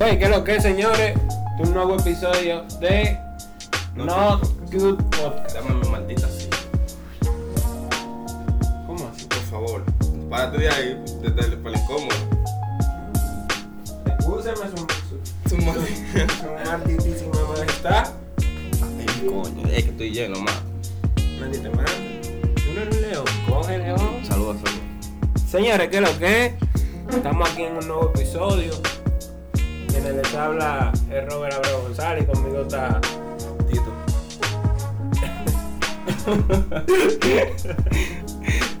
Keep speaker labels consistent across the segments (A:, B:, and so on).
A: Hey, ¿qué es lo que, señores? De un nuevo episodio de
B: No
A: Not Good Podcast.
B: Dame mi maldita silla.
A: ¿Cómo así?
B: Por favor, párate de ahí, desde el para el incómodo.
A: Úseme su, su,
B: Tu
A: su malditísima majestad.
B: Ay, coño, es que estoy lleno, más.
A: Maldita madre. Tú no eres león, cógele, ojo.
B: Saludos, saludos.
A: Señores, ¿qué es lo que? es? Estamos aquí en un nuevo episodio. Quien les habla es Robert Abreu González y conmigo está
B: Tito.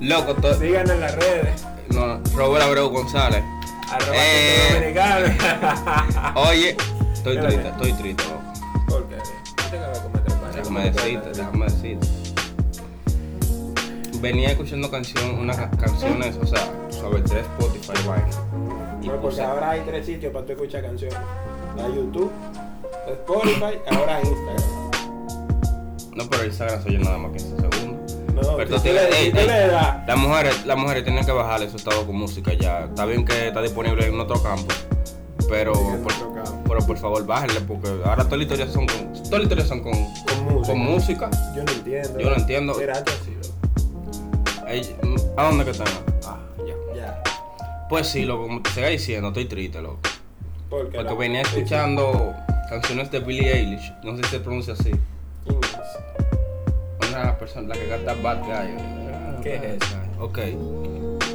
B: Loco, to-
A: Síganos en las redes.
B: no, Robert Abreu González.
A: Arroba
B: Eh.
A: Centro Dominicano.
B: Oye, estoy
A: Espérate.
B: triste, estoy triste, loco.
A: ¿Por qué? No tengo que cometer para
B: Déjame decirte, déjame decirte. Venía escuchando canción, unas ca- canciones, o sea, sobre tres Spotify vaina. Y
A: No, porque
B: puse-
A: ahora hay tres sitios para tú escuchar canciones. Está YouTube, Spotify, ahora Instagram.
B: No, pero Instagram soy yo nada más 15 segundos.
A: No,
B: Pero
A: si
B: tú
A: tú le,
B: tienes-
A: si
B: ey,
A: tú
B: ey.
A: le das,
B: Las mujeres, las mujeres tienen que bajar su estado con música ya. Está bien que está disponible en otro campo. Pero
A: En
B: por,
A: otro campo.
B: pero por favor, bájenle porque ahora todas las historias son con, todas las historias son con,
A: Con música.
B: con música.
A: yo no entiendo.
B: Yo no entiendo.
A: Mira, hazte así, loco.
B: Ey, ¿A dónde que están? Ah, ya.
A: Ya.
B: Pues sí, loco, como te siga diciendo, estoy triste, loco.
A: Porque,
B: Porque
A: la-
B: venía
A: sí, sí.
B: escuchando canciones de Billie Eilish. No sé si se pronuncia así.
A: Inglés.
B: Una persona, la que canta Bad Guy.
A: ¿Qué es eso?
B: Ok.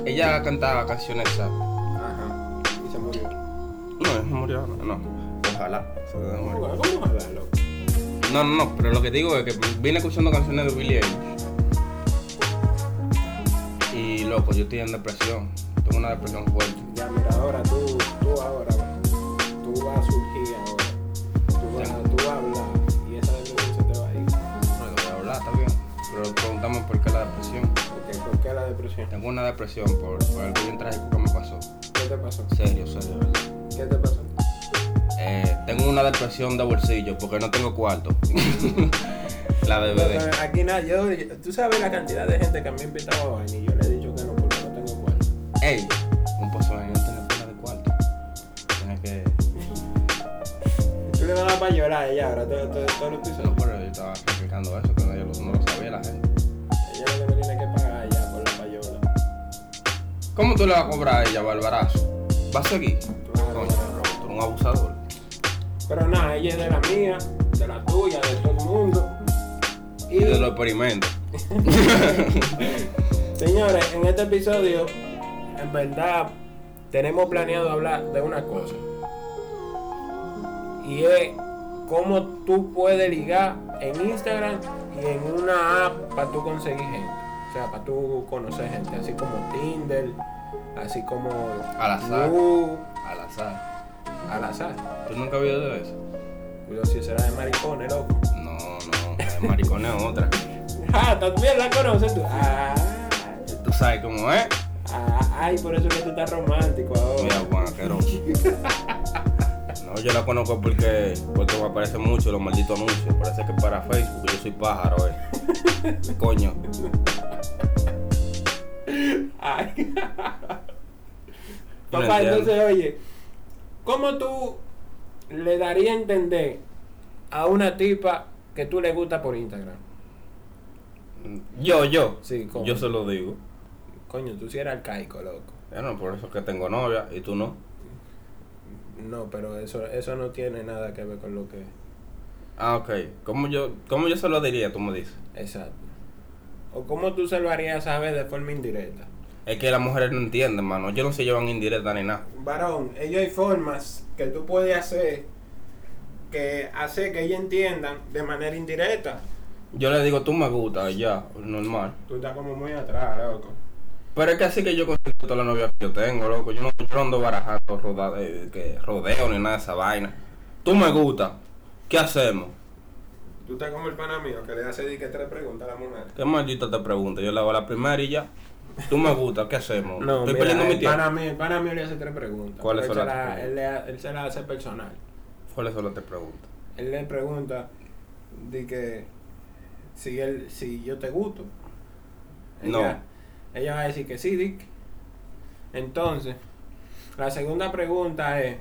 B: Ella cantaba canciones ¿sabes?
A: Ajá. Y se murió.
B: No, se murió ahora. No. Ojalá. se debe morir.
A: Bueno, ¿Cómo a darlo?
B: No, no, no, pero lo que digo es que vine escuchando canciones de Billie Eilish. Y loco, yo estoy en depresión. Tengo una depresión fuerte.
A: Ya, mira, ahora tú, tú ahora, tú vas a surgir ahora. Tú vas, tú vas a hablar y esa depresión se te va a ir.
B: No, lo voy a hablar, está bien. Pero preguntamos por qué la depresión.
A: Porque, ¿Por qué la depresión?
B: Tengo una depresión por, por algo bien trágico que me pasó.
A: ¿Qué te pasó?
B: Serio, serio, ¿verdad?
A: ¿Qué te pasó?
B: Eh, tengo una depresión de bolsillo porque no tengo cuarto. la de bebé.
A: Pero Aquí nada, yo, yo- tú sabes la cantidad de gente que me ha invitado a vaina y yo le he dicho que no porque no tengo cuarto.
B: Ey, un pozo de no tener pila de cuarto. Tienes que.
A: Tú le vas a dar para llorar a ella ahora, todo, todo, todo lo que hizo.
B: No, pero yo estaba explicando eso, que no, yo lo- no lo sabía la gente.
A: Ella lo que me tiene que pagar ya por la payola.
B: ¿Cómo tú le vas a cobrar a ella, Barbarazo? ¿Va a seguir?
A: Claro.
B: Coño, Roberto, tú eres un abusador.
A: Pero nada, ella es de la mía, de la tuya, de todo el mundo.
B: Y de los experimentos.
A: Señores, en este episodio, en verdad, tenemos planeado hablar de una cosa. Y es cómo tú puedes ligar en Instagram y en una app para tú conseguir gente. O sea, para tú conocer gente, así como Tinder, así como
B: Al azar.
A: Badu,
B: Al azar.
A: al azar.
B: ¿Tú nunca habías oído de eso?
A: Cuidado si será de maricones, loco.
B: No, no. El maricón es otra.
A: Ah, también la conoces tú. Ah,
B: Tú sabes cómo es.
A: ah, ay, por eso que tú estás romántico ahora.
B: Mira, Juan asqueroso. No, yo la conozco porque, porque me aparecen mucho los malditos anuncios. Parece que para Facebook yo soy pájaro, eh. Coño.
A: Ay.
B: No
A: Papá,
B: entiendo.
A: entonces, oye, ¿cómo tú le darías a entender a una tipa que tú le gusta por Instagram?
B: Yo, yo.
A: Sí, ¿cómo?
B: Yo se lo digo.
A: Coño, tú sí eres arcaico, loco.
B: Bueno, por eso es que tengo novia y tú no.
A: No, pero eso, eso no tiene nada que ver con lo que...
B: Ah, ok. ¿Cómo yo, cómo yo se lo diría, tú me dices?
A: Exacto. ¿O cómo tú se lo harías saber de forma indirecta?
B: Es que las mujeres no entienden, mano. Ellos no se llevan indirecta ni nada.
A: varón, ellos hay formas que tú puedes hacer que hace que ellos entiendan de manera indirecta.
B: Yo le digo, tú me gustas, ya, normal.
A: Tú estás como muy atrás, loco.
B: Pero es que así que yo consigo todas las novias que yo tengo, loco. Yo no, yo no ando barajando roda- eh, que rodeo ni nada de esa vaina. Tú me gustas. ¿Qué hacemos?
A: Tú estás como el pana mío que le hace di que tres preguntas a la mujer.
B: ¿Qué maldita te pregunta? Yo le hago la primera y ya. Tú me gustas, ¿qué hacemos?
A: No,
B: Estoy
A: mira,
B: perdiendo mi
A: el
B: tiempo.
A: pana mío, el pana mío le hace tres preguntas.
B: ¿Cuáles
A: Pero él
B: son
A: se
B: las
A: la-
B: tres
A: él, le ha- él se la hace personal.
B: ¿Cuáles son las tres preguntas?
A: Él le pregunta de que si él, si yo te gusto. Ella- Ella va a decir que sí, Dick. Entonces, la segunda pregunta es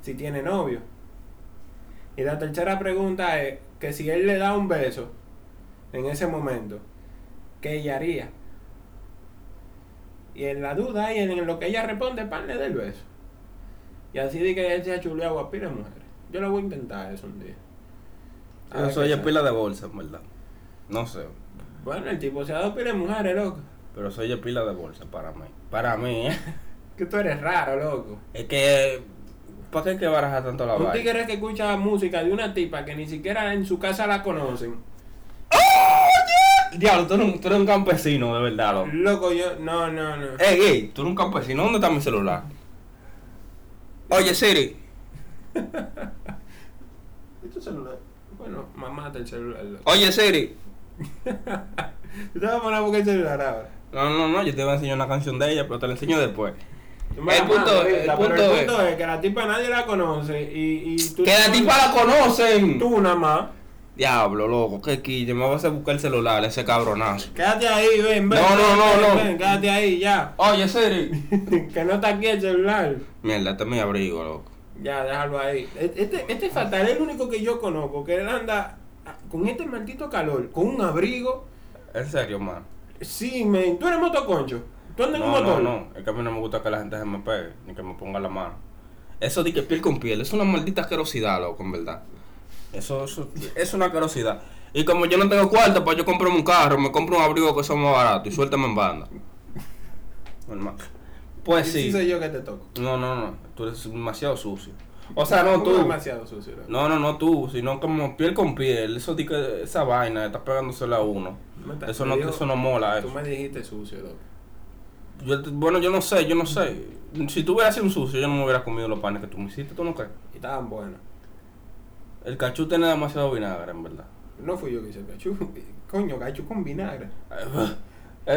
A: si tiene novio. Y la tercera pregunta es que si él le da un beso en ese momento, ¿qué ella haría? Y en la duda y en lo que ella responde, pan le dé el beso. Y así de que él se ha chuleado a pila de mujeres. Yo lo voy a intentar eso un día. A ver
B: Eso
A: qué
B: oye
A: sale.
B: pila de bolsa, en verdad. No sé.
A: Bueno, el tipo se ha dado pila de mujeres, loco.
B: Pero soy oye pila de bolsa para mí. Para mí, ¿eh?
A: Que tú eres raro, loco.
B: Es que. ¿Para qué hay que baraja tanto la
A: Un
B: vaina?
A: tigre que escucha música de una tipa que ni siquiera en su casa la conocen.
B: Diablo, tú eres, un, tú eres un campesino, de verdad, loco.
A: Loco, yo. No, no, no.
B: Ey, ey, Eh, tú eres un campesino. ¿Dónde está mi celular? Oye, Siri.
A: ¿Y tu celular? Bueno, mamá el celular. loco.
B: Oye, Siri.
A: Yo te voy a poner a buscar el celular ahora.
B: No, no, no, yo te voy a enseñar una canción de ella, pero te la enseño después.
A: Tú me la
B: El punto
A: mandas,
B: es, el
A: ¿verdad? Pero
B: punto
A: el punto es que la tipa nadie la conoce y, y tú.
B: ¡Que la tipa la conocen!
A: Tú nada más.
B: Diablo, loco, qué quille, me vas a buscar el celular, ese cabronazo.
A: Quédate ahí, ven, ven.
B: No,
A: ven,
B: no, no,
A: ven,
B: no.
A: ven, quédate ahí, ya.
B: Oye, Siri.
A: que no está aquí el celular.
B: Mierda, este es mi abrigo, loco.
A: Ya, déjalo ahí. Este, este fatal es el único que yo conozco, que él anda ah, con este maldito calor, con un abrigo.
B: En serio, man.
A: Sí, men, tú eres motoconcho. Tú andas en un
B: No, no,
A: motor.
B: no. Es que a mí no me gusta que la gente se me pegue, ni que me ponga la mano. Eso de que piel con piel, es una maldita asquerosidad, loco, en verdad. Eso, eso es una asquerosidad. Y como yo no tengo cuarto, pues yo compro un carro, me compro un abrigo que son más barato y suéltame en banda. Normal. Pues
A: Sí.
B: sí.
A: soy yo que te toco.
B: No, no, no. Tú eres demasiado sucio. O sea, no,
A: Tú
B: tú.
A: demasiado sucio. loco.
B: No, no, no tú, sino como piel con piel. Eso di que esa vaina, estás pegándosela a uno.
A: Me está-
B: Eso
A: te
B: no,
A: digo,
B: eso no mola.
A: Tú
B: Eso.
A: me dijiste sucio, loco.
B: Yo te- bueno, yo no sé, yo no sé. Si tú hubieras sido un sucio, yo no me hubiera comido los panes que tú me hiciste, tú no crees.
A: Y estaban buenos.
B: El cachú tiene demasiado vinagre, en verdad.
A: No fui yo que hice el cachú. Coño, cachú con vinagre.
B: Eh,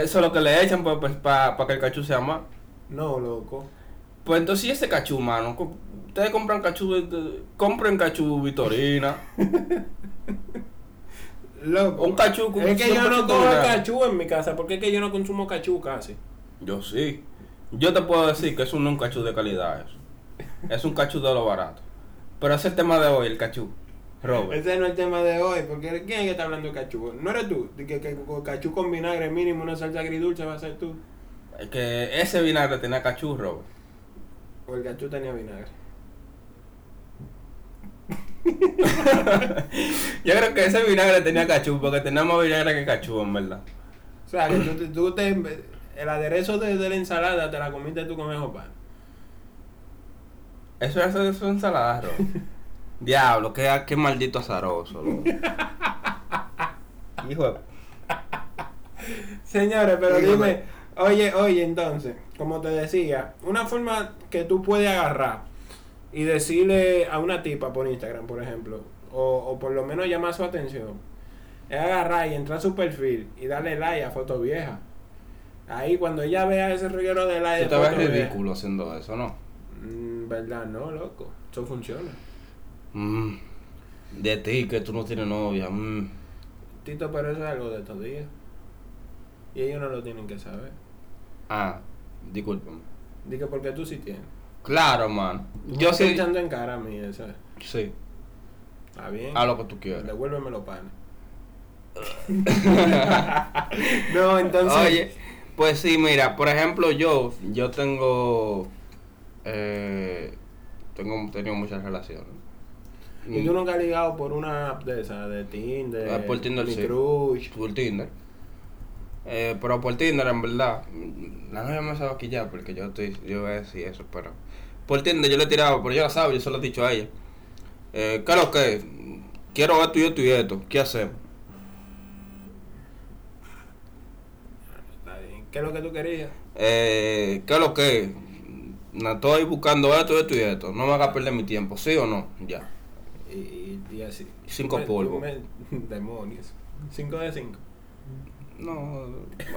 B: Eso es lo que le echan para que el cachú sea más.
A: No, loco.
B: Pues entonces, ¿y ese cachú, mano? Co- Ustedes compran cachú, de- de- compren cachú Vitorina.
A: Loco.
B: Un cachú con-
A: Es que yo no
B: con
A: cojo
B: vinagre.
A: cachú en mi casa, porque es que yo no consumo cachú casi.
B: Yo sí. Yo te puedo decir que eso no es un cachú de calidad, eso. Es un cachú de lo barato. Pero ese es el tema de hoy, el cachú. Robert.
A: Ese no es el tema de hoy, porque ¿quién es que está hablando de cachú? No eres tú, de que, que con cachú con vinagre mínimo, una salsa agridulce va a ser tú.
B: Es que ese vinagre tenía cachú, Robert.
A: O el cachú tenía vinagre.
B: Yo creo que ese vinagre tenía cachú, porque tenía más vinagre que cachú, en verdad.
A: O sea, que tú, te- tú te, el aderezo de, de la ensalada te la comiste tú con esos pan.
B: Eso era su, su ensalada, Robert. Diablo, qué, qué maldito azaroso, loco. Hijo de...
A: Señores, pero
B: Dígame.
A: dime, oye, oye, entonces, como te decía, una forma que tú puedes agarrar y decirle a una tipa por Instagram, por ejemplo, o, o por lo menos llamar su atención, es agarrar y entrar a su perfil y darle like a foto vieja. Ahí cuando ella vea ese reguero de like
B: Tú
A: de
B: te ves
A: foto vieja-
B: ridículo haciendo eso, ¿no?
A: Mm, ¿Verdad? No, loco. Eso funciona.
B: Mm. De ti, que tú no tienes novia. mm.
A: Tito, pero eso es algo de estos días. Y ellos no lo tienen que saber.
B: Ah, discúlpame.
A: Dije, porque tú sí tienes.
B: Claro, man.
A: Me
B: Yo
A: estoy
B: sí.
A: echando en cara a mí, ¿sabes?
B: Sí,
A: Está bien.
B: a lo que tú quieras.
A: Devuélveme los panes. no, entonces.
B: Oye, pues sí, mira, por ejemplo, yo, yo tengo. Eh, tengo tenido muchas relaciones.
A: ¿Y tú nunca has ligado por una app de esa, de Tinder?
B: mm. Ah, por Tinder,
A: mi
B: sí.
A: crush?
B: Por Tinder. Eh, pero por Tinder, en verdad. mm, La novia me sabe aquí ya, porque yo estoy. Yo voy a decir eso, pero. Por Tinder yo le he tirado, pero yo la sabe, yo se lo he dicho a ella. Eh, ¿Qué es lo que? es? Quiero esto y esto y esto. ¿Qué hacemos?
A: Está bien. ¿Qué es lo que tú querías?
B: Eh, ¿Qué es lo que? es? No, estoy buscando esto, esto y esto. No me hagas perder mi tiempo, ¿sí o no? Ya.
A: Y, y, y así.
B: Cinco
A: Me-
B: polvos.
A: me- demonios. Cinco de cinco.
B: No,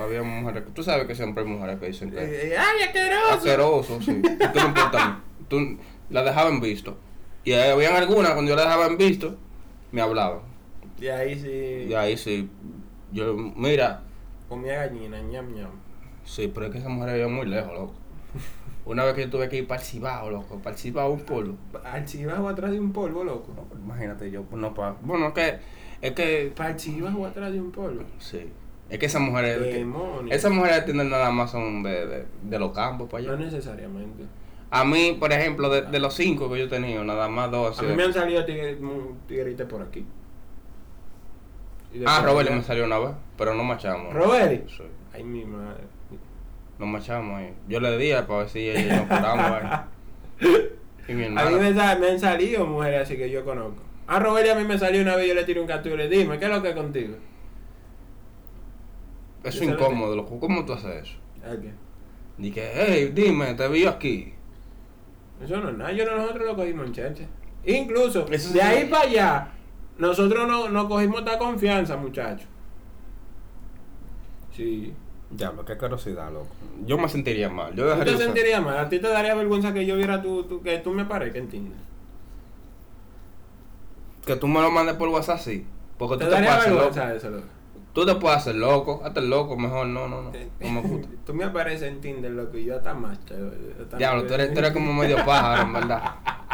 B: había mujeres. Tú sabes que siempre hay mujeres que dicen que.
A: Eh, eh, ¡Ay, asqueroso!
B: Asqueroso, sí. ¿Qué me importa a mí? Tú la dejaban visto. Y ahí habían algunas, cuando yo la dejaba en visto, me hablaban.
A: Y ahí sí.
B: Y ahí sí, yo, mira,
A: Comía gallina, ñam ñam.
B: sí, pero es que esa mujer vive muy lejos, loco. Una vez que yo tuve que ir para el Cibao, loco, para el Cibao un polvo.
A: Archivajo atrás de un polvo, loco.
B: No, pues, Imagínate yo, pues no, pa. Bueno, es que. Es que.
A: Para archivajo atrás de un polvo.
B: Sí. Es que esas mujeres. que-
A: Demonios.
B: Esas mujeres de Tinder nada más son de, de, de los campos pues, para
A: No
B: allá.
A: necesariamente.
B: A mí, por ejemplo, de, de los cinco que yo he tenido, nada más dos.
A: A
B: así
A: mí
B: de-
A: me han salido tigre- mu- tigritas por aquí. Y de
B: Ah,
A: por
B: Robert
A: allá.
B: me salió una vez, pero no machamos.
A: ¿Robert?
B: Sí,
A: Ay, mi madre.
B: no machamos ahí. Yo le di a- para ver si ella nos curamos ahí. Y mi
A: A mí
B: hermana.
A: me, sa- me han salido mujeres así que yo conozco. A Robert a mí me salió una vez, yo le tiré un captura y le dije, dime, ¿qué es lo que es contigo?
B: Eso
A: Yo
B: es
A: solo
B: incómodo, loco. ¿Cómo tú haces eso?
A: ¿A qué?
B: Dije, hey, dime, te vi aquí.
A: Eso no es nada, yo no- nosotros lo cogimos en chance. Incluso,
B: Eso sí.
A: de ahí para allá, nosotros no, no cogimos esta confianza, muchachos. Sí.
B: Diablo, qué curiosidad, loco. Yo me sentiría mal. Yo
A: ¿Tú
B: dejaría
A: te
B: usar-
A: sentirías mal? ¿A ti te daría vergüenza que yo viera tú, tú- que tú me parezcas en Tinder?
B: que tú me lo mandes por WhatsApp, sí. Porque
A: ¿Te
B: tú te puedes
A: daría
B: hacer loco.
A: vergüenza eso, loco?
B: Tú te puedes hacer loco. Hazte el loco, mejor. No, no, no. No me gusta.
A: Tú me apareces en Tinder, loco, y yo hasta macho. yo hasta-
B: Diablo, tú eres, tú eres como medio pájaro, en verdad.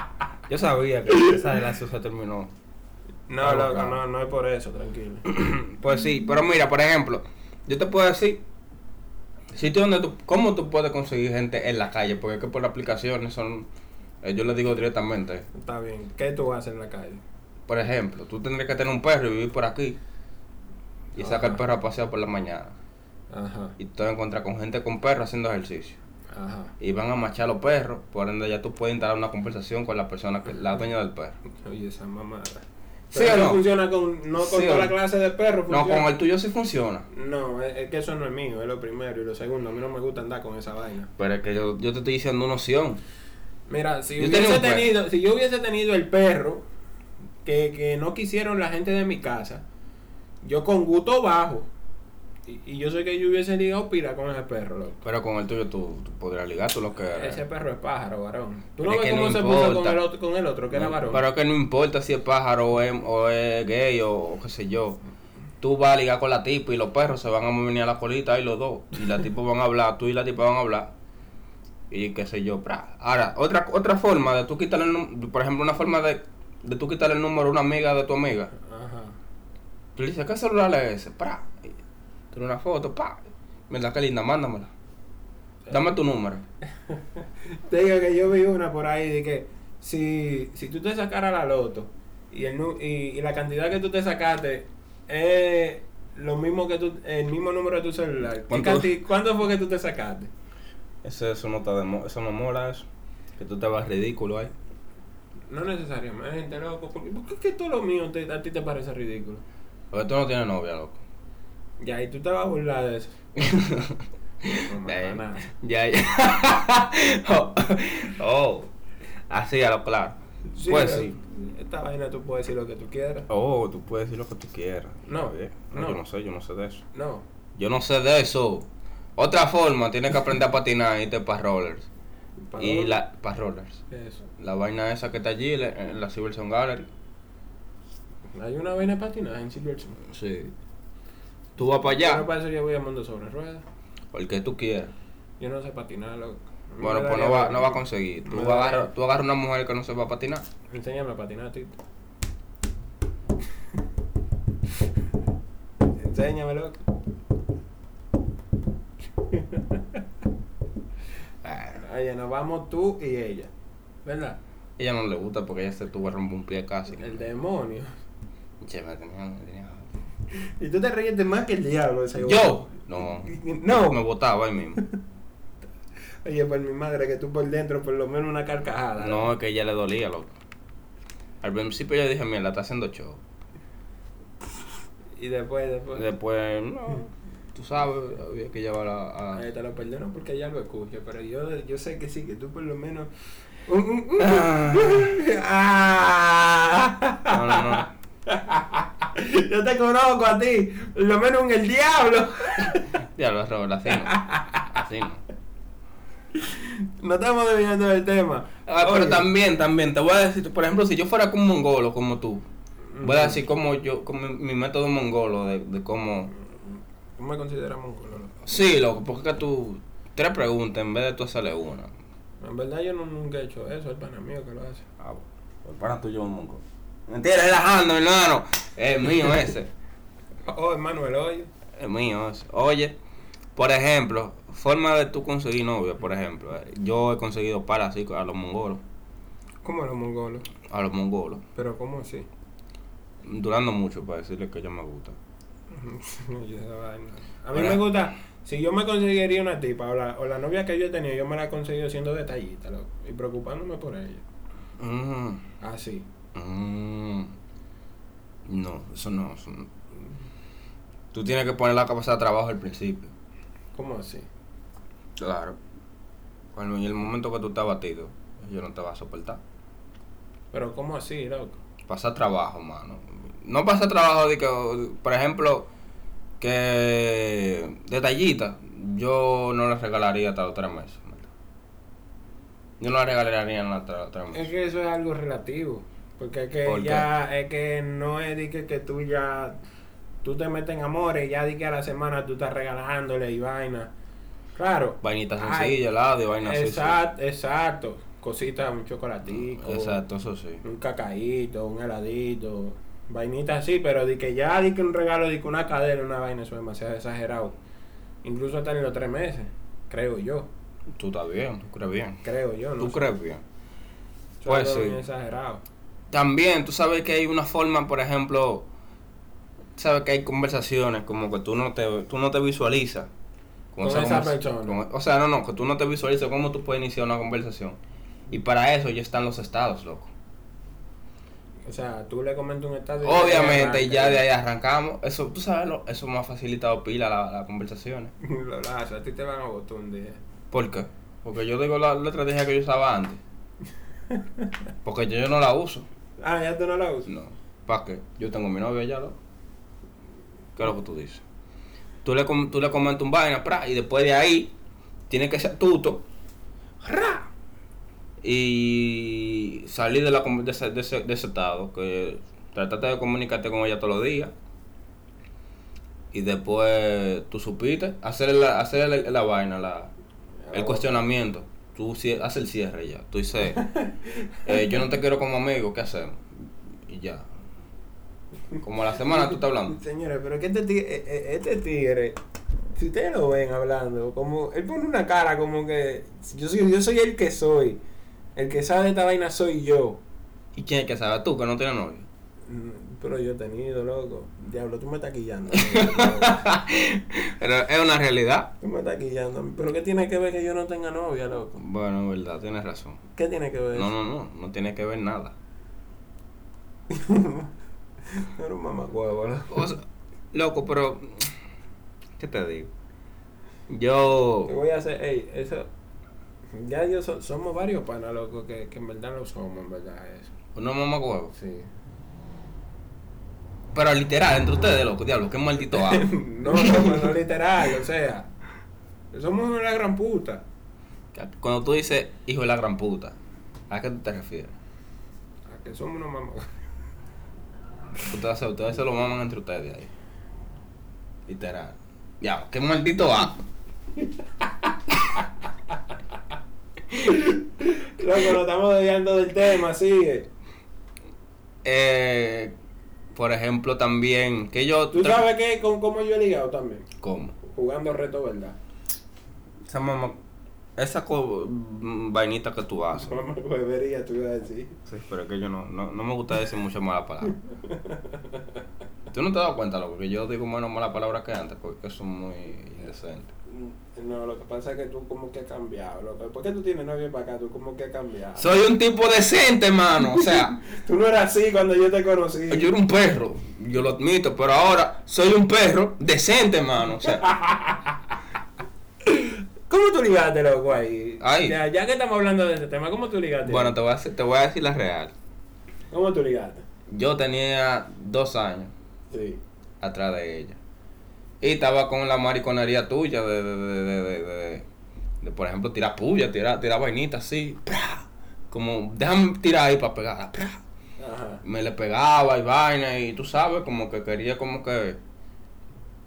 B: Yo sabía que esa relación se terminó.
A: No, loco,
B: Abogado.
A: no, no es por eso, tranquilo.
B: Pues sí, pero mira, por ejemplo, yo te puedo decir sitio donde tú, cómo tú puedes conseguir gente en la calle, porque es que por las aplicaciones son, eh, yo le digo directamente,
A: Está bien. ¿Qué tú haces en la calle?
B: por ejemplo, tú tendrías que tener un perro y vivir por aquí y
A: Ajá.
B: sacar el perro a pasear por la mañana
A: Ajá,
B: y te vas a encontrar con gente con perro haciendo ejercicio
A: ajá.
B: y van a marchar los perros, por ende ya tú puedes entrar una conversación con la persona que la dueña del perro.
A: Oye, esa mamada.
B: ¿Sí
A: Pero
B: o
A: eso
B: no?
A: funciona con, no con
B: ¿Sí o
A: toda
B: no?
A: la clase de perros.
B: No, con
A: funciona.
B: el tuyo sí funciona.
A: No, es, es que eso no es mío, es lo primero. Y lo segundo, a mí no me gusta andar con esa vaina.
B: Pero es que yo, yo te estoy diciendo una opción.
A: Mira, si,
B: Yo tenía
A: hubiese
B: un perro.
A: tenido, si yo hubiese tenido el perro que, que no quisieron la gente de mi casa, yo con gusto bajo. Y, y yo sé que yo hubiese ligado pila con ese perro, loco.
B: Pero con el tuyo tú, tú podrías ligar, tú lo que...
A: Ese perro es pájaro, varón. ¿Tú
B: Pero
A: no
B: es
A: ves
B: que
A: cómo
B: no
A: se puso con
B: importa.
A: el, otro, con el otro, que era varón?
B: Pero que no importa si es pájaro o es, o es gay o, o qué sé yo. Tú vas a ligar con la tipa y los perros se van a venir a la colita y los dos. Y la tipa van a hablar, tú y la tipa van a hablar. Y qué sé yo, pra. Ahora, otra otra forma de tú quitarle, el num- por ejemplo, una forma de, de tú quitarle el número a una amiga de tu amiga.
A: Ajá.
B: Tú le dices, ¿qué celular es ese? Pra. Y Tú le una foto, pa. Mira qué linda, mándamela. Dame tu número.
A: Te digo que yo vi una por ahí de que si, si tú te sacaras la loto y, el, nu- y, y la cantidad que tú te sacaste es lo mismo que tú, el mismo número de tu celular. ¿qué
B: ¿Cuánto?
A: canti- ¿Cuánto fue que tú te sacaste?
B: Eso, eso no te demo- eso no mola, eso. Que tú te vas ridículo ahí.
A: No necesariamente, loco. ¿Por qué, por qué es que todo lo mío te- a ti te parece ridículo?
B: Porque tú no tienes novia, loco.
A: Ya, y tú te vas a burlar de eso. No,
B: Eh,
A: mamá, nada.
B: ya, ya. oh, Así, a lo claro.
A: Sí,
B: pues
A: pero
B: sí.
A: Esta vaina tú puedes decir lo que tú quieras.
B: Oh, tú puedes decir lo que tú quieras.
A: No,
B: Está bien. no,
A: no.
B: Yo no sé, yo no sé de eso.
A: No.
B: Yo no sé de eso. Otra forma, tienes que aprender a patinar y te para rollers.
A: ¿Para
B: Y
A: dónde?
B: la para rollers.
A: Eso.
B: La vaina esa que está allí, la- en la Silverson Gallery.
A: Hay una vaina de patinaje en Silverstone.
B: Sí. Tú vas para
A: Pero
B: allá,
A: para eso yo voy a mundo sobre ruedas.
B: el que tú quieras.
A: Yo no sé patinar, loco. A mí
B: Bueno,
A: me
B: pues no
A: daría
B: va,
A: vergüenza.
B: no va a conseguir. Tú
A: Me daría-
B: agarras tú agarras una mujer que no sepa patinar.
A: Enséñame a patinar, Tito. Enséñame, loco.
B: Ah,
A: Oye, nos vamos tú y ella. ¿Verdad?
B: ella no le gusta porque ella se tuvo a romper un pie casi.
A: El demonio.
B: Che, me tenía- me tenía-
A: Y tú te ríes de más que el diablo. ese
B: Yo.
A: güey.
B: No.
A: No.
B: Me botaba ahí mismo.
A: Oye, por mi madre, que tú por dentro por lo menos una carcajada.
B: No, es que ella le dolía, loco. Al principio yo dije, mira, está haciendo show.
A: Y después, después.
B: Pues- Después, no. Tú sabes, había que llevar a... a-
A: Ay, Eh, te lo perdono porque ella lo escucha, pero yo, yo sé que sí, que tú por lo menos. Un- un- un-
B: Ah.
A: Ah.
B: No, no, no.
A: Yo te conozco a ti, por lo menos en el diablo.
B: Ya lo robé, así no. Así no.
A: No estamos desviando del tema.
B: Ah, pero
A: Oye.
B: también, también, te voy a decir, por ejemplo, si yo fuera como un mongolo, como tú, voy a
A: Ujú.
B: decir como yo, como mi, mi método mongolo de, de cómo...
A: Tú me consideras mongolo. loco.
B: Sí, loco, porque es que tú, tres preguntas en vez de tú hacerle una.
A: En verdad yo no, nunca he hecho eso, es pana mío que lo hace.
B: Ah, bueno. Para tuyo, monco. Mentira, relajando, hermano. Es mío ese.
A: Oh, Manuel, oye.
B: Es mío ese. Oye, por ejemplo, forma de tú conseguir novia, por ejemplo. eh, Yo he conseguido para así a los mongolos.
A: ¿Cómo los mongolos?
B: A los mongolos.
A: Pero ¿cómo así?
B: Durando mucho para decirles que yo me gusta.
A: No, yo esa vaina. A mí
B: Ahora-
A: me gusta, si yo me conseguiría una tipa o la, o la novia que yo he tenido, yo me la he conseguido siendo detallista loco, y preocupándome por ella.
B: Mm,
A: Así.
B: mm. No, eso no. eso no. Tú tienes que poner la cabeza de trabajo al principio.
A: ¿Cómo así?
B: Claro. Cuando en el momento que tú estás batido, yo no te va a soportar.
A: Pero ¿cómo así, loco?
B: Pasa trabajo, mano. No pasa trabajo de que, por ejemplo, que detallita, yo no le regalaría hasta los tres meses. mano. Yo no le regalaría nada hasta los tres
A: Es
B: meses.
A: que eso es algo relativo. Porque es que
B: ¿Por qué?
A: ya, es que no es de que, que tú ya, tú te metes en amores y ya di que a la semana tú estás regalándole y vaina. Claro.
B: Vainita
A: Eh, Ay,
B: sencilla, helado y vaina así, sí.
A: exacto, exacto. Cositas, un chocolatico.
B: Exacto, eso sí.
A: un cacaíto, un heladito, vainitas así, pero di que ya di que un regalo, di que una cadena, una vaina, eso es demasiado exagerado. Incluso hasta en los tres meses, creo yo,
B: Tú estás bien, tú crees bien.
A: creo yo, ¿no?
B: Tú
A: sé.
B: crees bien.
A: Eso
B: Pues
A: es algo
B: sí.
A: bien exagerado.
B: También, tú sabes que hay una forma, por ejemplo, sabes que hay conversaciones como que tú no te, tú no te visualizas.
A: Con esa
B: conversa-
A: persona.
B: con- e, o sea, no, no, que tú no te visualizas cómo tú puedes iniciar una conversación. Y para eso ya están los estados, loco.
A: O sea, tú le comentas un estado. y
B: Obviamente,
A: arranca,
B: ya de ahí arrancamos. Eso, tú sabes, lo- eso me ha facilitado pila la- las conversaciones.
A: Lo lazo, a ti te van a botar un día.
B: ¿Por qué? Porque yo digo la, la estrategia que yo usaba antes. Porque yo, yo no la uso.
A: Ah, ya tú no la usas.
B: No. ¿Para qué? Yo tengo mi novia ya, loco. ¿Qué es lo que tú dices? Tú le, com- tú le comentas un vaina, pra, y después de ahí, tienes que ser tuto. ra, Y salir de, la, com- de, ese, de, ese- de ese estado. Que trataste de comunicarte con ella todos los días. Y después tú supiste hacer la, hacer la, la vaina, la, el cuestionamiento. Tú cie- haces el cierre ya. Tú dices, eh, yo no te quiero como amigo, ¿qué hacemos? Y ya. Como a la semana tú estás hablando.
A: Señores, pero que este tigre, eh, eh, este tigre, si ustedes lo ven hablando, como él pone una cara como que yo soy, yo soy el que soy, el que sabe de esta vaina soy yo.
B: ¿Y quién es que sabe? Tú, que no tienes novio.
A: Mm, Pero yo he tenido, loco. Diablo, tú me estás quillando.
B: Pero es una realidad.
A: tú me estás quillando. Pero ¿qué tiene que ver que yo no tenga novia, loco?
B: Bueno, es verdad, tienes razón.
A: ¿Qué tiene que ver?
B: No, no, no, no tiene que ver nada.
A: No era un mamacuevo, loco.
B: O sea, loco, pero. ¿Qué te digo? Yo.
A: ¿Qué voy a hacer? Ey, eso... Ya yo so- somos varios panas, loco, que, que en verdad lo somos, en verdad, eso.
B: No mamá huevo.
A: Sí.
B: Pero literal, entre ustedes, loco, diablo, qué maldito amo.
A: No, no, no literal, o sea. Somos una gran puta.
B: Cuando tú dices hijo de la gran puta, ¿a qué tú te refieres?
A: A que somos unos mamá.
B: Ustedes, se- ustedes se lo maman entre ustedes ahí. Literal. Ya, qué maldito va.
A: Loco, lo estamos desviando del tema, sigue.
B: Eh, por ejemplo, también, que yo.
A: ¿Tú sabes qué? Con cómo yo he ligado también.
B: ¿Cómo?
A: Jugando reto, ¿verdad?
B: Esa mamá. Esa co- mm, vainita que tú haces.
A: Mamá bebería, tú ibas a decir.
B: Sí, pero es que yo no, no, no me gusta decir muchas malas palabras. ¿Tú no te has dado cuenta, loco? Que yo digo menos malas palabras que antes, porque son muy indecentes.
A: No, lo que pasa es que tú como que has cambiado, loco. ¿Por qué tú tienes novio para acá? Tú como que has cambiado.
B: Soy un tipo decente, hermano. O sea,
A: tú no eras así cuando yo te conocí.
B: yo era un perro, yo lo admito, pero ahora soy un perro decente, hermano. O sea,
A: ¿Cómo tú ligaste, loco, ahí?
B: Ahí.
A: Ya, ya que estamos hablando de este tema, ¿cómo tú ligaste?
B: bueno, te voy a, hacer- te voy a decir la real.
A: ¿Cómo tú ligaste?
B: Yo tenía dos años
A: Sí.
B: atrás de ella. Y estaba con la mariconería tuya de, de, de, de, de, de- de, por ejemplo, tirar puya, tirar, tirar vainitas así. ¡pra! Como, déjame tirar ahí para pegarla. ¡pra!
A: Ajá.
B: Me le pegaba y vaina y tú sabes, como que quería como que...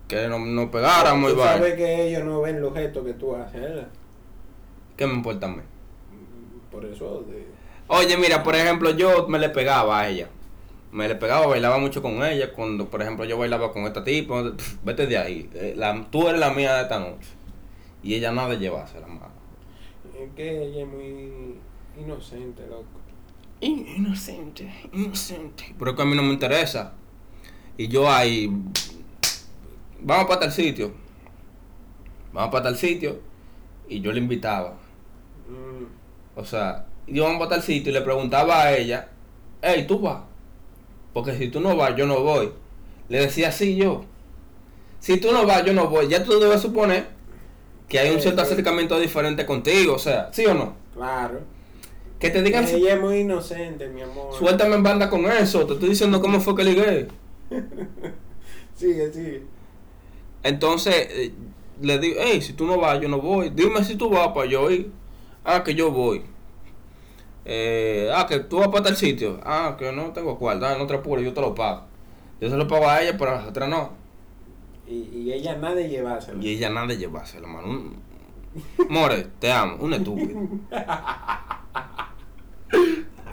B: Que no, no pegáramos y
A: Tú sabes
B: vaina.
A: que ellos no ven los gestos que tú haces, ¿verdad?
B: ¿Qué me importa a mí?
A: Por eso. de-
B: Oye, mira, por ejemplo, yo me le pegaba a ella. Me le pegaba, bailaba mucho con ella. Cuando, por ejemplo, yo bailaba con esta tipa, pf, vete de ahí. Eh, la- tú eres la mía de esta noche. Y ella nada de llevarse la mano.
A: Es que ella es muy inocente, loco.
B: In- Inocente, inocente. Pero es que a mí no me interesa. Y yo ahí. Vamos para tal sitio. Vamos para tal sitio. Y yo le invitaba.
A: Mm,
B: O sea, yo vamos para tal sitio y le preguntaba a ella, hey, tú vas. Porque si tú no vas, yo no voy. Le decía así yo. Si tú no vas, yo no voy. Ya tú debes suponer que hay un
A: Sí,
B: cierto
A: sí.
B: acercamiento diferente contigo. O sea, ¿sí o no?
A: claro.
B: Que te digan,
A: Eh, Ella es muy inocente, mi amor.
B: suéltame en banda con eso. Te estoy diciendo cómo fue que ligué.
A: Sigue, sigue.
B: Entonces, eh, le digo, hey, si tú no vas, yo no voy. Dime si tú vas para yo ir. Ah, que yo voy. Eh, ah, que tú vas para tal sitio. Ah, que no tengo cuarto. Ah, no te apures, yo te lo pago. Yo se lo pago a ella, pero a las otras no.
A: Y, y ella nada de llevársela.
B: Y ella nada de llevarse, hermano. Un- More, te amo, un estúpido.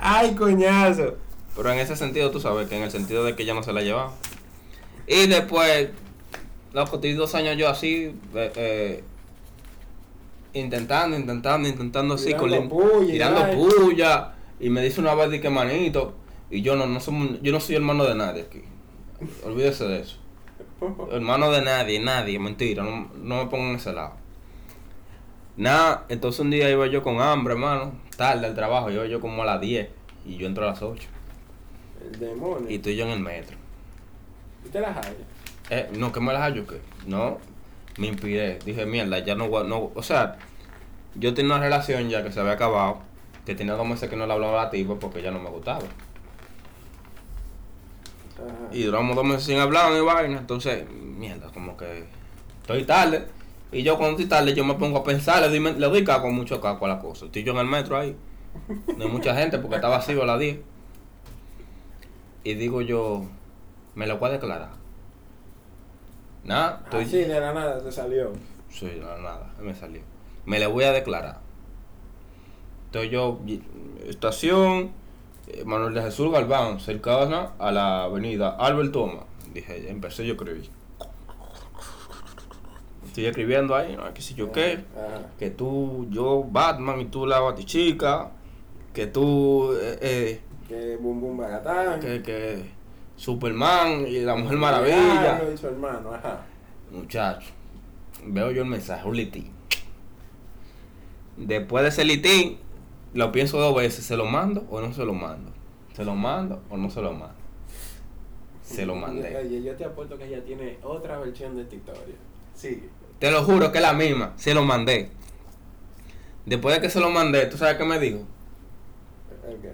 A: ¡Ay, coñazo!
B: Pero en ese sentido, tú sabes que en el sentido de que ella no se la llevaba. Y después, loco, estoy dos años yo así, eh, eh, intentando, intentando, intentando así, con
A: Tirando
B: lim-
A: puya y
B: tirando
A: vaina.
B: puya. Y me dice una vez de que manito. Y yo no, no somos, yo no soy hermano de nadie aquí. Olvídese de eso. Hermano de nadie, nadie, mentira, no, no me pongan en ese lado. Nada, entonces un día iba yo con hambre, hermano, tarde al trabajo, iba yo como a las 10 y yo entro a las 8.
A: El demonio.
B: Y tú y yo en el metro.
A: ¿Y te la jale?
B: Eh, no, que me las hallo, que no, me impide. Dije, mierda, ya no, voy a- no, o sea, yo tenía una relación ya que se había acabado, que tenía dos meses que no le hablaba a la tipa porque ya no me gustaba.
A: Ajá.
B: Y duramos dos meses sin hablar, y vaina, entonces, mierda, como que estoy tarde. Y yo cuando estoy tarde, yo me pongo a pensar, le doy, men- le doy caco, mucho caco a la cosa. Estoy yo en el metro ahí, no hay mucha gente porque está vacío a las 10. Y digo yo, me lo voy a declarar. Nada, estoy...
A: Así de la nada te salió.
B: Sí, de la nada, me salió. Me le voy a declarar. Entonces yo, y- estación, eh, Manuel de Jesús Galván, cercana a la avenida Albert Toma. Dije, ya empecé yo a escribir. Estoy escribiendo ahí, no, qué sé yo qué.
A: Ajá.
B: Que tú, yo, Batman, y tú la batichica. Que tú, eh, eh,
A: Que Bum Bum Bagatán.
B: que, que Superman y la Mujer
A: Ah,
B: Maravilla.
A: lo hizo hermano, ajá.
B: Muchacho, veo yo el mensaje, un litín. Después de ese litín, lo pienso dos veces, ¿se lo mando o no se lo mando? ¿Se lo mando o no se lo mando? Se lo mandé.
A: Oye, yo te apuesto que ella tiene otra versión de esta historia. Sigue.
B: Te lo juro que es la misma, se lo mandé. Después de que se lo mandé, ¿tú sabes qué me dijo?
A: Ok.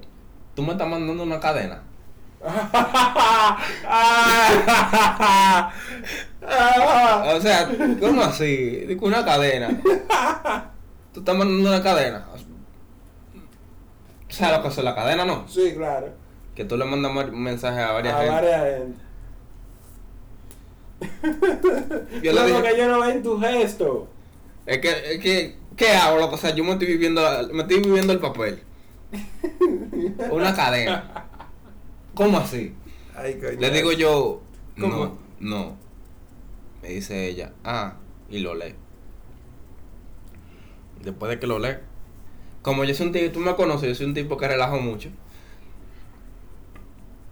B: Tú me estás mandando una cadena. O sea, ¿cómo así? Digo, una cadena. Tú estás mandando una cadena. ¿Sabes lo que es la cadena, no?
A: sí, claro.
B: Que tú le mandas mar- mensajes a varias
A: A
B: gente.
A: varias gente.
B: Yo le
A: Loco,
B: dije,
A: que yo no veo en tu gesto.
B: es que, es que, ¿qué hago, loco? O sea, yo me estoy viviendo, la- me estoy viviendo el papel. Una cadena. ¿Cómo así? Le digo yo,
A: ¿Cómo?
B: no, no. Me dice ella, ah, y lo lee. Después de que lo lee, como yo soy un tipo, tú me conoces, yo soy un tipo que relajo mucho.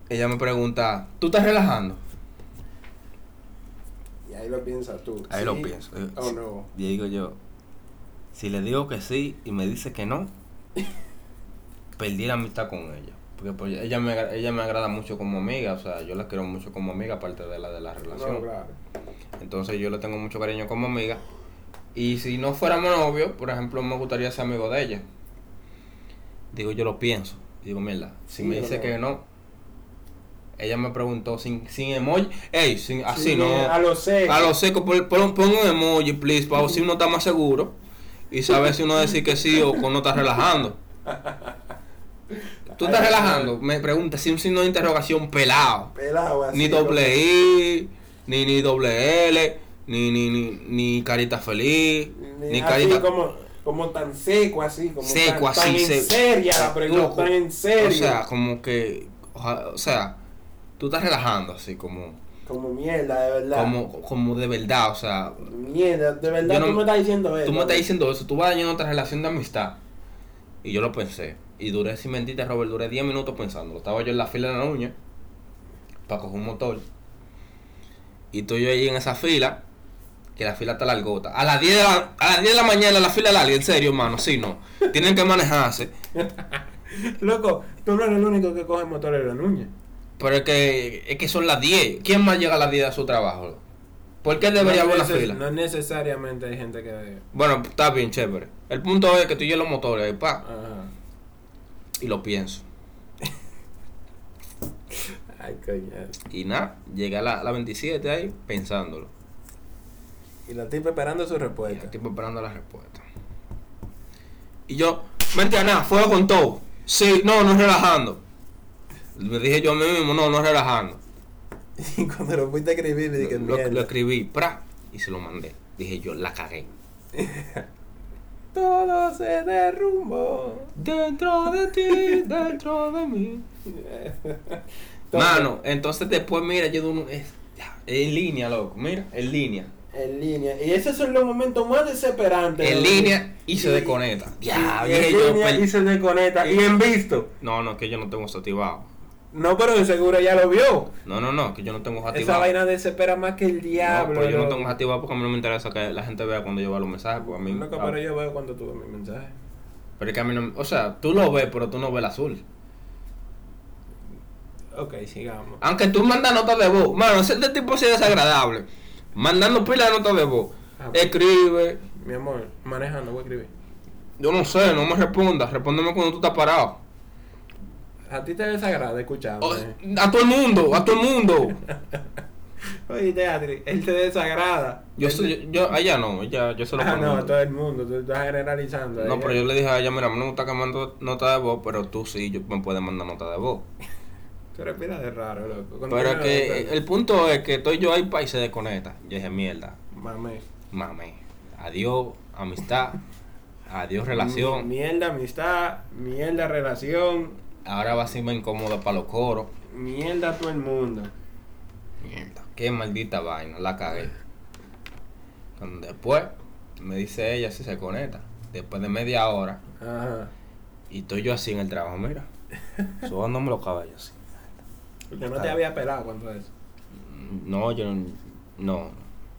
B: Ella me pregunta, ¿tú estás relajando?
A: Y ahí lo piensas tú.
B: Ahí
A: ¿sí
B: lo pienso.
A: O no.
B: Y digo yo, si le digo que sí y me dice que no, perdí la amistad con ella. Porque pues, ella, me, agra- ella me agrada mucho como amiga, o sea, yo la quiero mucho como amiga, aparte de la de la relación.
A: No, claro.
B: Entonces yo le tengo mucho cariño como amiga. Y si no fuéramos novios, por ejemplo, me gustaría ser amigo de ella. Digo, yo lo pienso. Digo, mierda, si
A: Sí,
B: me
A: o
B: dice
A: no.
B: que no, ella me preguntó sin, sin emoji. Ey, sin, así
A: Sí,
B: no.
A: A lo sé.
B: A lo seco, pon, pon- pon un emoji, please, para ver si uno está más seguro y saber si uno decir que sí o que no está relajando. Tú estás relajando, me pregunta si un signo de interrogación pelado.
A: Pelado así.
B: Ni doble I, ni, ni doble L, ni, ni, ni, ni carita feliz,
A: así
B: ni carita.
A: como. como tan seco así, como tan,
B: Seco, así,
A: tan en
B: seco.
A: seria la pregunta,
B: Loco.
A: tan en serio.
B: O sea, como que. oja- o sea, tú estás relajando así, como.
A: como mierda, de verdad.
B: Como, como de verdad, o sea.
A: mierda, de verdad
B: Yo no-
A: tú me estás diciendo eso.
B: Tú me estás diciendo eso, tú vas dañando otra relación de amistad. Y yo lo pensé. Y duré, sin mentirte, Robert, duré 10 minutos pensándolo. Estaba yo en la fila de la uña para coger un motor. Y estoy yo ahí en esa fila, que la fila está largota. A las 10 de la, a las 10 de la mañana la fila larga, en serio, hermano, sí, no. Tienen que manejarse.
A: Loco, tú no eres el único que coge motores de la nuña.
B: Pero es que, es que son las 10. ¿Quién más llega a las 10 a su trabajo? loco? ¿Por qué debería haber
A: no,
B: una
A: neces-
B: fila?
A: no necesariamente hay gente que...
B: Bueno, está bien, chévere. El punto es que estoy yo en los motores, ahí, pa,
A: Ajá.
B: y lo pienso.
A: Ay, coño.
B: Y nada, llegué a la, la 27 ahí pensándolo.
A: Y la estoy preparando su
B: Y
A: respuesta.
B: el tipo esperando la respuesta. Y yo, mentira, nada, fuego con todo. Sí, no, no es relajando. Me dije yo a mí mismo, no, no es relajando.
A: Y cuando lo fuiste a escribir, me dije,
B: Lo, lo
A: mierda.
B: escribí, pra, y se lo mandé. Dije yo, la cagué.
A: Todo se derrumbó.
B: Dentro de ti, dentro de mí. Mano, entonces después, mira, yo de un- es- en línea, loco, mira, en línea.
A: En línea. Y esos son los momentos más desesperantes.
B: En
A: de-
B: línea y se
A: Y-
B: desconecta.
A: Y-
B: Ya, pues, eh.
A: y en
B: dije yo,
A: línea
B: pel-
A: y se desconecta. Y en visto.
B: No, no, que yo no tengo eso activado.
A: No, pero de seguro ya lo vio.
B: No, no, no, que yo no tengo eso activado.
A: Esa vaina desespera más que el diablo.
B: No, pues, pero yo no
A: loco.
B: tengo eso activado porque a mí no me interesa que la gente vea cuando yo veo los mensajes. Porque a mí, ah,
A: Loco, pero yo veo cuando tuve mi mensaje.
B: Pero es que a mí no. O sea, tú lo ves, pero tú no ves el azul.
A: Ok, sigamos.
B: Aunque tú mandas notas de voz. Mano, ese este tipo sí es desagradable. Mandando pila de notas de voz.
A: Ah, pues.
B: Escribe.
A: Mi amor, manejando, voy a escribir.
B: Yo no sé, no me respondas. Respóndeme cuando tú estás parado.
A: A ti te desagrada escucharme.
B: O- a todo el mundo, a todo el mundo.
A: Oye, Teatri, él te desagrada.
B: Yo, soy- yo, yo- a ella no, ella, yo se lo
A: Ah, no, a
B: pongo.
A: todo el mundo, tú estás generalizando. ¿eh?
B: No,
A: Ella-
B: pero yo le dije a ella, mira, a mí no me gusta que mando nota de voz, pero tú sí, yo me puedes mandar nota de voz.
A: Tú respiras de raro, loco.
B: Pero
A: Continúa,
B: es que
A: doctor.
B: el punto es que estoy yo ahí pa, y se desconecta. Yo dije, mierda,
A: Mame.
B: mame. Adiós, amistad. Adiós, relación.
A: Mierda, amistad. Mierda, relación.
B: Ahora va a ser más incómodo para los coros.
A: Mierda, todo el mundo.
B: Mierda, qué maldita vaina, la cagué. Cuando después me dice ella si se conecta. Después de media hora,
A: Ajá.
B: y estoy yo así en el trabajo, mira. Subándome los caballos.
A: Porque no te
B: Claro.
A: había pelado cuando eso.
B: No, yo no. no.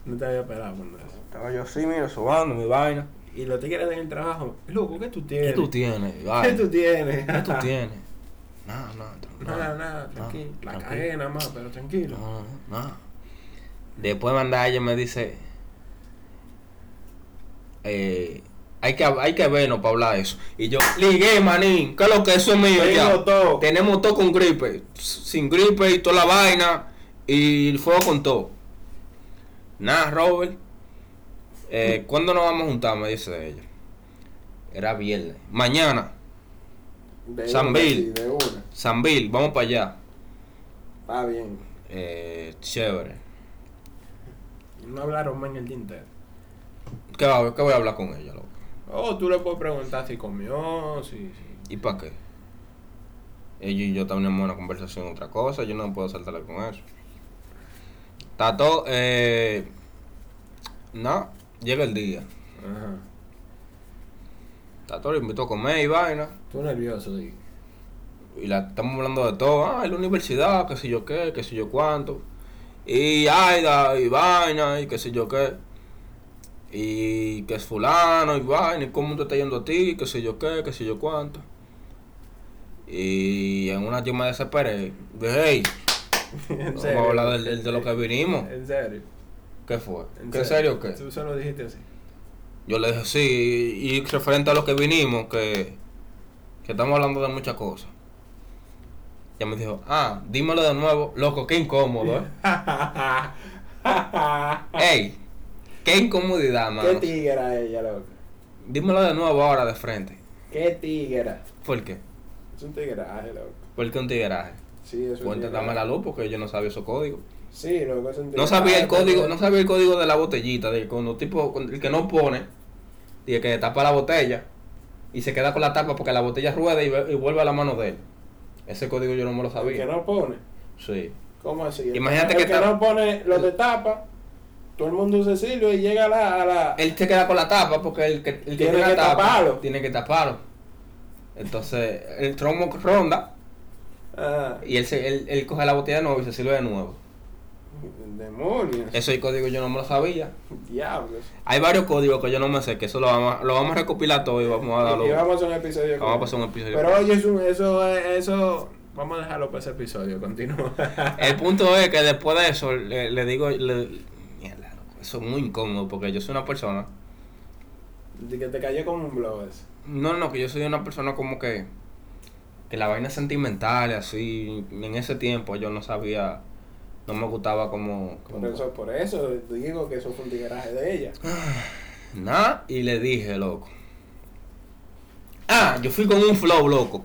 A: No te había pelado cuando eso.
B: Estaba yo así, mira, subando mi vaina.
A: Y los tigres en el trabajo. Loco, ¿qué tú tienes?
B: ¿Qué tú tienes?
A: ¿Qué
B: vaina?
A: tú tienes?
B: ¿Qué tú tienes? Nada, nada,
A: Nada, nada, tranquilo. La
B: tranquilo. Ah.
A: cagué nada más, pero tranquilo.
B: No, no, no. Después manda ella y me dice, eh, hay que, hay que vernos para hablar de eso. Y yo, ligué, manín, que lo que eso es mío
A: Tengo
B: ya.
A: todo.
B: Tenemos todo con gripe, sin gripe y toda la vaina, y el fuego con todo. Nada, Robert, eh, ¿cuándo nos vamos a juntar? Me dice ella. Era viernes. Mañana,
A: De
B: San
A: una,
B: Bill.
A: sí, De una.
B: San Bill, vamos para allá.
A: Está bien.
B: Eh, chévere.
A: No hablaron más en el tintero.
B: ¿Qué, va- qué voy a hablar con ella, loco?
A: Oh, tú le puedes preguntar si comió, si. si.
B: ¿Y para qué? Ella y yo tenemos una conversación otra cosa, yo no puedo saltarla con eso. Tato, eh, no, llega el día.
A: Ajá.
B: Tato le invitó a comer y vaina.
A: Tú nervioso, digo.
B: Y la estamos hablando de todo, ah, en la universidad, qué sé yo qué, qué sé yo cuánto. Y Aida, y vaina, y qué sé yo qué. Y que es fulano, y vaina, y cómo te está yendo a ti, qué sé yo qué, qué sé yo cuánto. Y en una yo me desesperé. Dije, hey,
A: en
B: vamos a hablar del- del- de, lo que vinimos.
A: En serio.
B: ¿Qué fue?
A: en
B: ¿Qué serio qué?
A: Tú solo dijiste así.
B: Yo le dije, sí, y referente a lo que vinimos, que, que estamos hablando de muchas cosas. Ella me dijo, ah, dímelo de nuevo, loco, qué incómodo, ¿eh? ¡Ey! ¡Qué incomodidad,
A: Qué
B: mano!
A: tigra ella, loca.
B: Dímelo de nuevo ahora de frente.
A: Qué tigra.
B: ¿Por qué?
A: Es un tigraje, loco.
B: ¿Por qué un tigueraje?
A: Sí, es un
B: Ponte,
A: tigraje.
B: dame la luz porque yo no sabía esos códigos.
A: Sí, loco, es un
B: No
A: tigraje,
B: sabía el
A: pero-
B: código, no sabía el código de la botellita, de cuando tipo, cuando el que no pone, y que tapa la botella y se queda con la tapa porque la botella rueda y, ve- y vuelve a la mano de él. Ese código yo no me lo
A: El que
B: sabía.
A: no pone.
B: Sí.
A: ¿Cómo así? El
B: Imagínate
A: el
B: que
A: que
B: está-
A: no pone lo de tapa, todo el mundo se sirve y llega a la. a la-
B: Él se queda con la tapa porque el que, el que
A: Tiene
B: la
A: que
B: tapa
A: taparlo.
B: tiene que taparlo. Entonces, el tromo ronda
A: Ah,
B: y él, se- él, él coge la botella de nuevo y se sirve de nuevo.
A: demonios.
B: Eso el código yo no me lo sabía.
A: Diablos.
B: Hay varios códigos que yo no me sé, que eso lo vamos, a- lo vamos a recopilar todo y vamos a
A: Y
B: darlo.
A: vamos a hacer un episodio.
B: Vamos a
A: con
B: pasar un
A: él.
B: episodio.
A: Pero oye, eso, eso, eso- Vamos a dejarlo para ese episodio, continúa.
B: El punto es que después de eso le, le digo, le- mierda, loco, eso es muy incómodo porque yo soy una persona.
A: De que te cayó como un blog eso.
B: No, no, que yo soy una persona como que. Que la vaina es sentimental y así. En ese tiempo yo no sabía. No me gustaba como. como
A: Por eso, por eso digo que eso fue un tigueraje de ella.
B: Nada, y le dije, loco. Ah, yo fui con un flow, loco.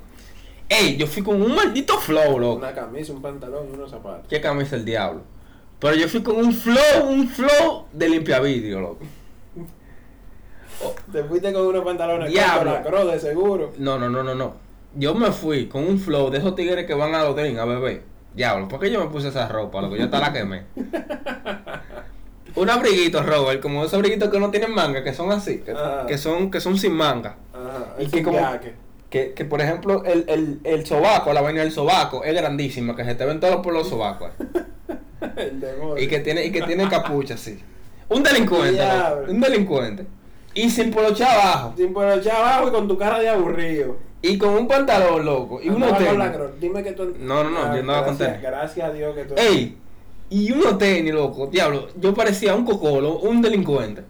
B: Ey, yo fui con un maldito flow, loco.
A: Una camisa, un pantalón y unos zapatos.
B: ¿Qué camisa el diablo? Pero yo fui con un flow, un flow de limpia vidrio, loco.
A: Te fuiste con unos pantalones cortos,
B: Diablo.
A: la cross de seguro.
B: No, no, no, no, no. Yo me fui con un flow de esos tigres que van a los drink a beber. Diablo, ¿por qué yo me puse esa ropa? Lo que yo hasta la quemé. Un abriguito, Robert, como esos abriguitos que no tienen manga, que son así, que,
A: Ah.
B: que son, que son sin manga.
A: Ajá.
B: Y
A: es
B: que
A: un
B: como-
A: jaque.
B: Que, que por ejemplo, el, el, el sobaco, la vaina del sobaco, es grandísima, que se te ven todos por los sobacos. eh.
A: El demonio.
B: Y que tiene, y que tiene capucha así. Un delincuente, loco,
A: Diablo.
B: un delincuente. Y sin polochar abajo.
A: Sin polochar abajo y con tu cara de aburrido.
B: Y con un pantalón, loco. Y unos
A: Andaba con
B: tenis.
A: la cross. Dime que tú.
B: No, no, no, yo andaba con
A: gracias-
B: tenis.
A: Gracias a Dios que tú.
B: Ey, y uno tenis, loco, diablo, yo parecía un cocolo, un delincuente.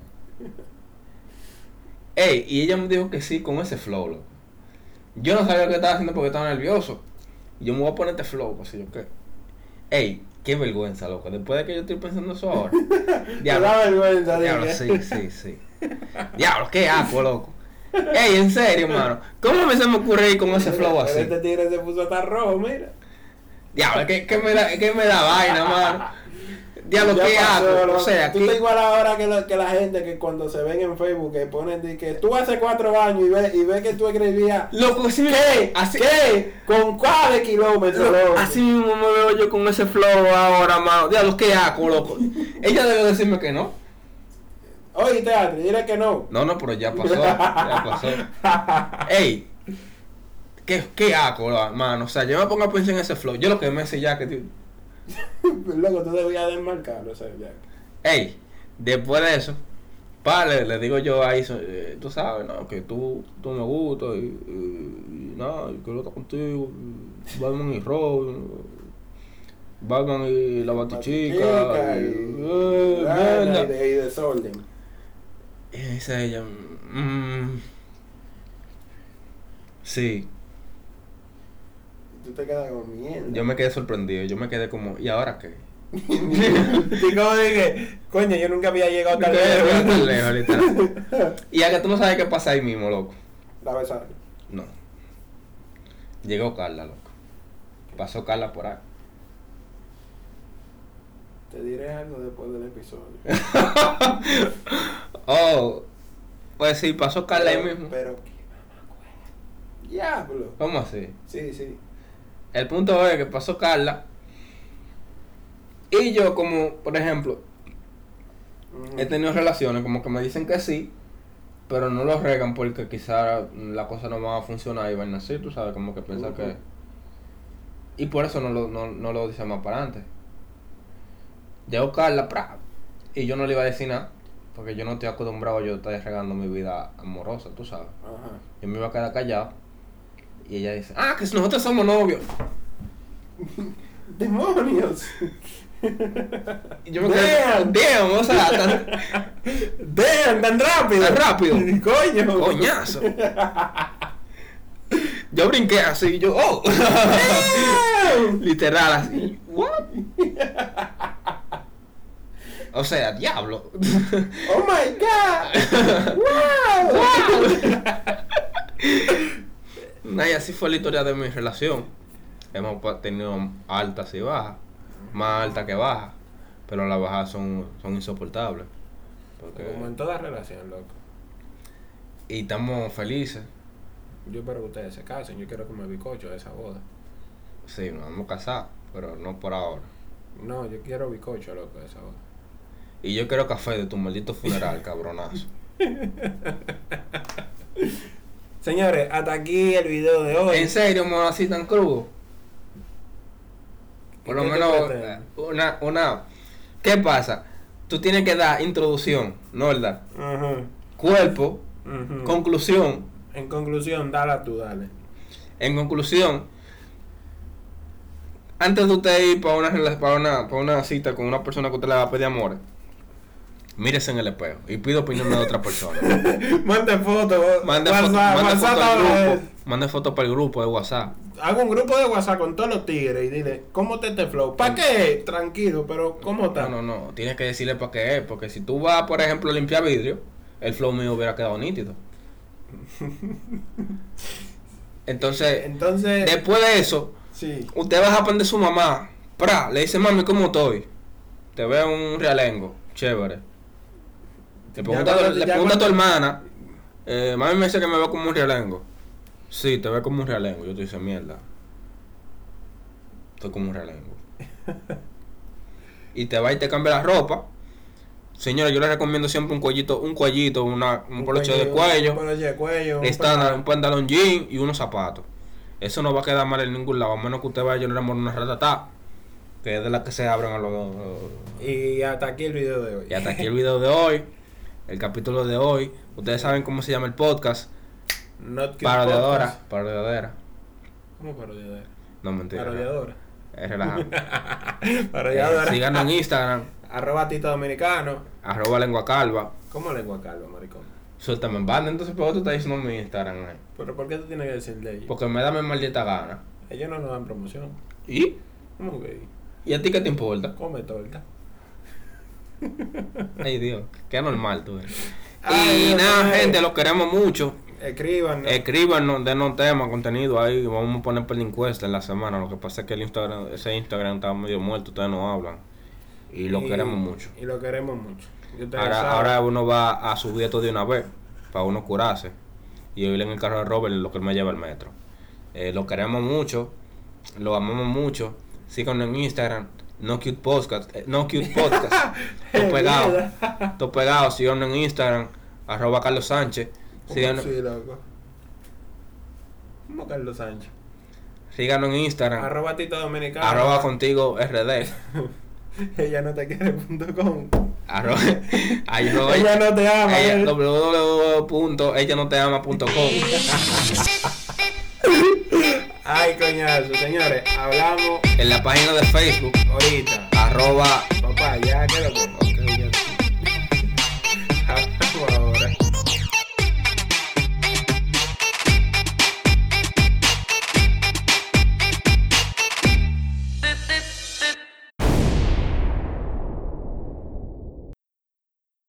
B: Ey, y ella me dijo que sí con ese flow, loco. Yo no sabía lo que estaba haciendo porque estaba nervioso. Y Yo me voy a poner este flow, pues yo qué. Ey, qué vergüenza, loco. Después de que yo estoy pensando eso ahora.
A: Te da vergüenza,
B: Diablo,
A: dime.
B: sí, sí, sí. Diablo, qué asco, loco. Ey, en serio, mano. ¿Cómo me se me ocurre ir con ese flow
A: Pero
B: así?
A: Este tigre se puso hasta rojo, mira.
B: Diablo, ¿qué, qué, me, da, qué me da vaina, mano? Diablo,
A: Ya
B: ¿qué
A: pasó,
B: hago?
A: loco.
B: O sea,
A: tú
B: ¿qué-
A: estás igual ahora que la, que la gente que cuando se ven en Facebook que ponen de que tú hace cuatro años y ve, y ve que tú escribías
B: Loco, así mismo- Así,
A: ¿Qué? ¿Con cuáles kilómetros,
B: Loco,
A: loco?
B: así mismo me veo yo con ese flow ahora, mano. Diablo, ¿qué hago, loco? Ella debió decirme que no.
A: Oye, teatro, dile que no.
B: No, no, pero ya pasó. Ya pasó. Ey, ¿qué, qué hago, mano? O sea, yo me pongo a pensar en ese flow. Yo lo que me sé ya que... tú-
A: Loco, tú debías desmarcarlo, o sea, ya.
B: Ey, después de eso, pa, le, le digo yo ahí, so- eh, tú sabes, no, que tú, tú me gustas, y, y- y nada, y que lo contigo, y Batman y Robin, Batman y la Batichica,
A: Chica,
B: y,
A: y,
B: eh,
A: vaina,
B: mierda.
A: y, de- y desorden.
B: Y dice ella, mm, sí,
A: Tú te quedas con mierda.
B: yo me quedé sorprendido, yo me quedé como, ¿y ahora qué?
A: y como dije, coño, yo nunca había llegado tan
B: Tan
A: lejos.
B: lejos, literal. Y ya que tú no sabes qué pasa ahí mismo, loco.
A: La besaron.
B: No. Llegó Carla, loco. Pasó Carla por ahí.
A: Te diré algo después del episodio.
B: Oh, pues sí, pasó Carla ahí
A: Pero-
B: mismo.
A: Pero, qué mamacueja. Diablo.
B: ¿Cómo así?
A: Sí, sí.
B: El punto es que pasó Carla. Y yo, como, por ejemplo,
A: Ujú.
B: he tenido relaciones como que me dicen que sí, pero no lo regan porque quizá la cosa no va a funcionar y van a así, tú sabes, como que piensa
A: Ujú.
B: que. Y por eso no lo, no, no lo dicen más para adelante. Llegó Carla, pra, y yo no le iba a decir nada, porque yo no estoy acostumbrado, yo estoy regando mi vida amorosa, tú sabes.
A: Ajá.
B: Yo me iba a quedar callado. Y ella dice, ah, que nosotros somos novios.
A: ¡Demonios!
B: Y yo me quedé,
A: Damn.
B: damn, o sea, tan-
A: ¡Damn! ¡Tan rápido!
B: Tan rápido.
A: ¡Coño!
B: coñazo. Yo brinqué así, y yo, oh.
A: Damn.
B: Literal, así. What? O sea, diablo.
A: ¡Oh my god! ¡Wow!
B: Nah, y así fue la historia de mi relación. Hemos pa- tenido altas y bajas. Más altas que bajas. Pero las bajas son, son insoportables. Porque
A: Como en toda relación, loco.
B: y estamos felices.
A: Yo espero que ustedes se casen. Yo quiero comer bicocho de esa boda.
B: Sí, nos vamos a casar, pero no por ahora.
A: No, yo quiero bicocho, loco, de esa boda.
B: Y yo quiero café de tu maldito funeral, cabronazo.
A: Señores, hasta aquí el video de hoy.
B: ¿En serio, me así tan crudo? Por lo
A: ¿Qué te
B: menos eh,
A: pretende?
B: una, una... ¿Qué pasa? Tú tienes que dar introducción, ¿no verdad?
A: Ajá,
B: Cuerpo,
A: ujú.
B: conclusión.
A: En conclusión, dala tú, dale.
B: En conclusión, antes de usted ir para una, rela- para una, para una cita con una persona que usted le va a pedir amores, mírese en el espejo y pida opinión de otra persona.
A: Mande fotos.
B: Mande fotos para el grupo. Mande foto para el grupo de WhatsApp.
A: Hago un grupo de WhatsApp con todos los tigres y dile, ¿cómo te este flow? ¿Para qué? Tranquilo, pero ¿cómo está?
B: Mm. No, no, no. Tienes que decirle para qué es. Porque si tú vas, por ejemplo, a limpiar vidrio, el flow mío hubiera quedado nítido. Entonces,
A: Entonces,
B: después de eso,
A: sí.
B: usted va a aprender su mamá. Pra, le dice, mami, ¿cómo estoy? Te veo un realengo. Chévere.
A: Ya
B: Le pregunta,
A: cuando-
B: le
A: ya
B: pregunta a tu
A: cuando-
B: hermana. eh, mami me dice que me veo como un realengo. Sí, te veo como un realengo. Yo te dice, mierda. Estoy como un realengo. y te va y te cambia la ropa. Señora, yo le recomiendo siempre un cuellito, un cuellito, una, un, poloche de cuello,
A: Un poloche de cuello. un
B: estándar,
A: pan-
B: un pantalón jean y unos zapatos. Eso no va a quedar mal en ningún lado, a menos que usted vaya a llorar por una ratatá, que es de las que se abren a los, los-
A: Y hasta aquí el video de hoy.
B: y hasta aquí el video de hoy, el capítulo de hoy. Ustedes saben cómo se llama el podcast.
A: Not Cute
B: Parodiadora.
A: Podcast.
B: Parodiadora.
A: ¿Cómo parodiadora?
B: No, mentira.
A: Parodiadora.
B: Es relajante. Eh,
A: Parodiadora.
B: síganos en Instagram,
A: Arroba Tito Dominicano.
B: arroba lengua calva.
A: ¿Cómo lengua calva, maricón?
B: Suéltame en banda, entonces ¿por qué tú estás diciendo mi Instagram ahí?
A: ¿Pero por qué tú tienes que decir de ellos?
B: Porque me da mi maldita gana.
A: Ellos no nos dan promoción.
B: ¿Y?
A: ¿Cómo que?
B: ¿Y a ti qué te importa?
A: Come torta.
B: Ay Dios, qué normal tú eres.
A: Ay,
B: y
A: Dios
B: nada,
A: mío.
B: gente, los queremos mucho.
A: Escriban. ¿no?
B: Escríbanos, denos temas, contenido ahí. Vamos a poner por la encuesta en la semana. Lo que pasa es que el Instagram, ese Instagram está medio muerto, ustedes no hablan. Y lo queremos mucho.
A: Y lo queremos mucho. Y ustedes saben.
B: Ahora, ahora uno va a subir esto de una vez para uno curarse. Y yo iré en el carro de Robert en lo que él me lleva al metro. Eh, lo queremos mucho, lo amamos mucho. Síganos en Instagram, no cute podcast, eh, no cute podcast. todo pegado, todo pegado. Síganos en Instagram, arroba Carlos Sánchez.
A: ¿Cómo
B: Síganos,
A: así, loco? ¿Cómo Carlos Sánchez?
B: síganos en Instagram,
A: Arroba Tito Dominicano.
B: arroba contigo RD.
A: Ella no te quiere punto com.
B: Arroba, arroba-
A: Ella no te ama.
B: ella-
A: eh.
B: www.ellanoteama.com.
A: Ay, coñazo. Señores, hablamos
B: en la página de Facebook,
A: ahorita.
B: arroba
A: Papá, ya, ¿qué es lo que?